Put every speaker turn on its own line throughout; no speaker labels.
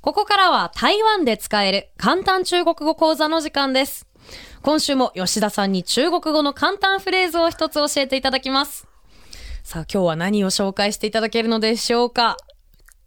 ここからは台湾で使える簡単中国語講座の時間です。今週も吉田さんに中国語の簡単フレーズを一つ教えていただきます。さあ、今日は何を紹介していただけるのでしょうか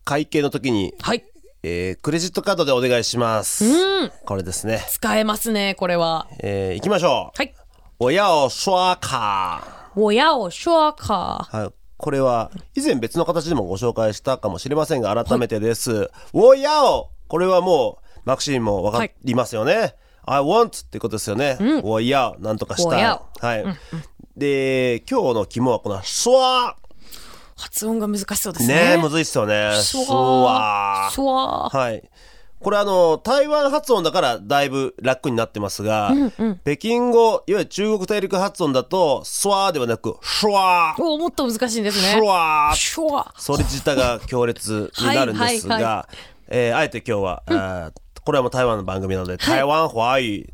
会計の時に、
はい。
えークレジットカードでお願いします。
うん。
これですね。
使えますね、これは。
えー行きましょう。
はい。
我要刷卡。
我要说卡。
はい。これは、以前別の形でもご紹介したかもしれませんが、改めてです。我要これはもう、マクシーンもわかりますよね。I want ってことですよね。我要なんとかしたい。
我
はい。で、今日の肝はこの、刷
発音が難しそうです
ね
ね。
え、むずいっすよね。
刷
刷
刷
はい。これあの、台湾発音だからだいぶ楽になってますが、北京語、いわゆる中国大陸発音だと、スワーではなく、シュワー、
おもっと難しいんです
シュ
ね。
ワー、
シュワ
それ自体が強烈になるんですが、
はいはいは
えーあえて今日は、あーこれはもう台湾の番組なので、台湾華語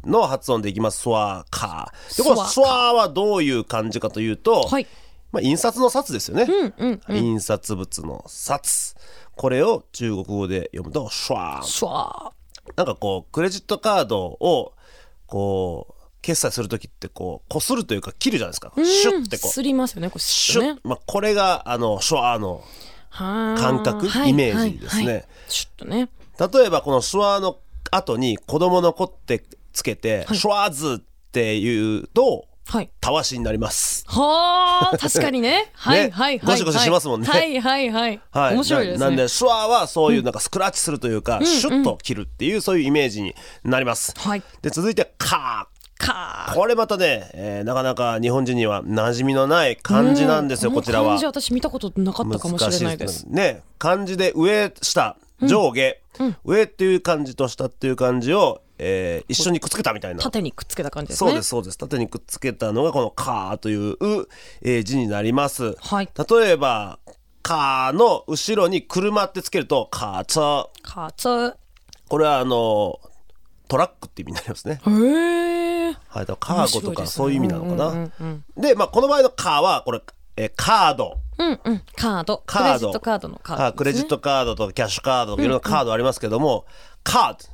の発音でいきます。スワーカー。で、このス
スワ
ワーはどういう漢字かというと、
はい
まあ、印刷の札ですよね、印刷物の札。これを中国語で読むと、シュワー。
シュワ
なんかこうクレジットカードをこう決済する時ってこうこするというか切るじゃないですかシュッてこう
すりますよね、これ。シ
シ
ュッ
ュッ
とね。
まあこれがあのシュワーの
感
感覚イメージですね
シュッとね。
例えばこのシュワーの後に子供の子ってつけて、シュワーズっていうと
はい。
たわしになります
は あ、確かにね。はいはいはい。
ゴシゴシしますもんね
はいはいはい。
はい、
面白いですね。
ななんでシュワーはそういうなんかスクラッチするというか、シュッと切るっていうそういうイメージになります、
はい
で続いてカー
か
これまたね、えーなかなか日本人には馴染みのない漢字なんですよ、こちら
の
は
漢字。私見たことなかったかもしれないで
難
す。
しね、漢字で上、下、上下、上っていう漢字と下っていう漢字を、えー一緒にくっつけたみたいな。
縦にくっつけた感じですね。
そうです、そうです。縦にくっつけたのがこのカーという、えー字になります。
はい
例えば、カーの後ろに車ってつけると、カーツァ
かつ。
これはあのトラックって意味になりますね。
へえ。
はい、だからカーゴと
面白いです
か
ね
そういう意味なのかな。で、まあ、この場合のカーは、これ、えーカード。
うんうん。カード。
カ
ク
ード。
レジットカードのカード、
あクレジッ。トカードとキャッシュカードとかいろんなカードありますけども、カード。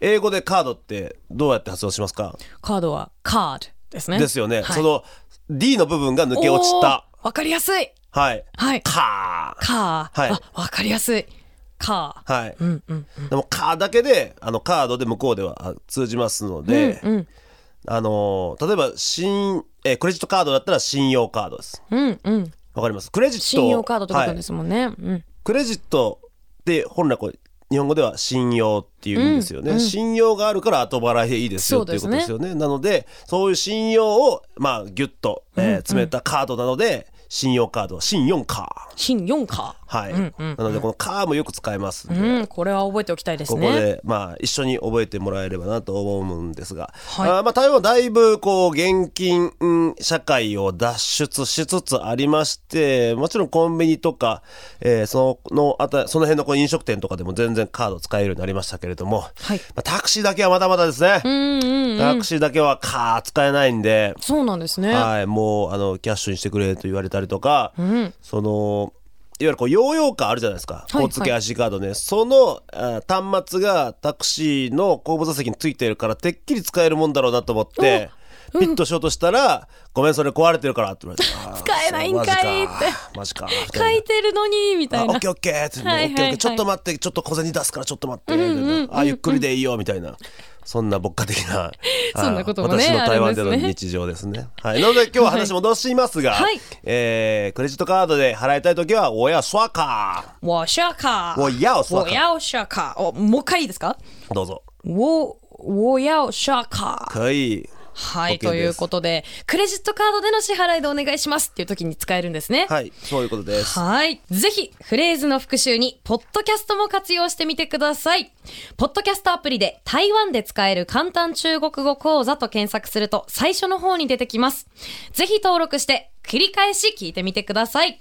英語でカードってどうやって発音しますか、
カードはカードですね。
ですよね。
はい
その D の部分が抜け落ちた。
おー。わかりやすい。
はい。
はい。
カー。
カー。
はい
あ、わかりやすい。カー。
はい。
うんうん。
でも、カーだけで、あの、カードで向こうではあ通じますので、
うん
あのー例えば、信、えークレジットカードだったら信用カードです。
うんうん。
わかりますクレジット。
信用カードってこ
は
と
い
ですもんね。うん。
クレジットって本来こう日本語では信用っていうんですよね、信用があるから後払いでいいですよ
そう
ってい
で
うこ
す
と
ね
ですよねなのでそういう信用をまあギュッと、えー詰めたカードなので、信用カード信用カー
信用カ
はい、
んうんうん
なのでこのカーもよく使いますん
ー。
で、
うん。これは覚えておきたいです
ここ
ね。
で、まあ、一緒に覚えてもらえればなと思うんですが、
はい
あーまあ、台湾はだいぶこう現金うん社会を脱出しつつありましてもちろんコンビニとか、えーそのあたその辺のこう飲食店とかでも全然カード使えるようになりましたけれども、
はい
まあ、タクシーだけはまだまだですね、
うんうん。
タクシーだけはカー使えないんで、
そうなんですね。
はい、もうあのキャッシュにしてくれと言われたりとか、そのいわゆるこうヨーヨーカーあるじゃないですか、
いはい
交通系 IC カードねそのあ端末がタクシーの後部座席についてるからてっきり使えるもんだろうなと思って、ピッとしようとしたら「ごめんそれ壊れてるから」って言われて「あー
使えないんかいって
マジか」み
書
たいない
てるのにみたい
あオッ
な。
ケーオッケーって、
はいはいはい
オッケーオッケーちょっと待ってちょっと小銭出すからちょっと待って、みたいなあゆっくりでいいよみたいなそんな牧歌的 な
そんなこともね
あ私の台湾で
あ
の
るんですね
日常ですねはいなので今日は話戻しますが、
はい
えークレジットカードで払いたい時は親スワカ
我下卡。
我要刷卡
我要下卡。お、もう一回いいですか？
ーどうぞ
我我要下卡。
可以
はい、
OK です
ということで、クレジットカードでの支払いでお願いしますっていう時に使えるんですね。
はいそういうことです
はい。ぜひ、フレーズの復習に、ポッドキャストも活用してみてください。ポッドキャストアプリで、台湾で使える簡単中国語講座と検索すると、最初の方に出てきます。ぜひ登録して、繰り返し聞いてみてください。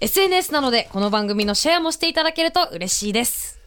SNS なので、この番組のシェアもしていただけると嬉しいです。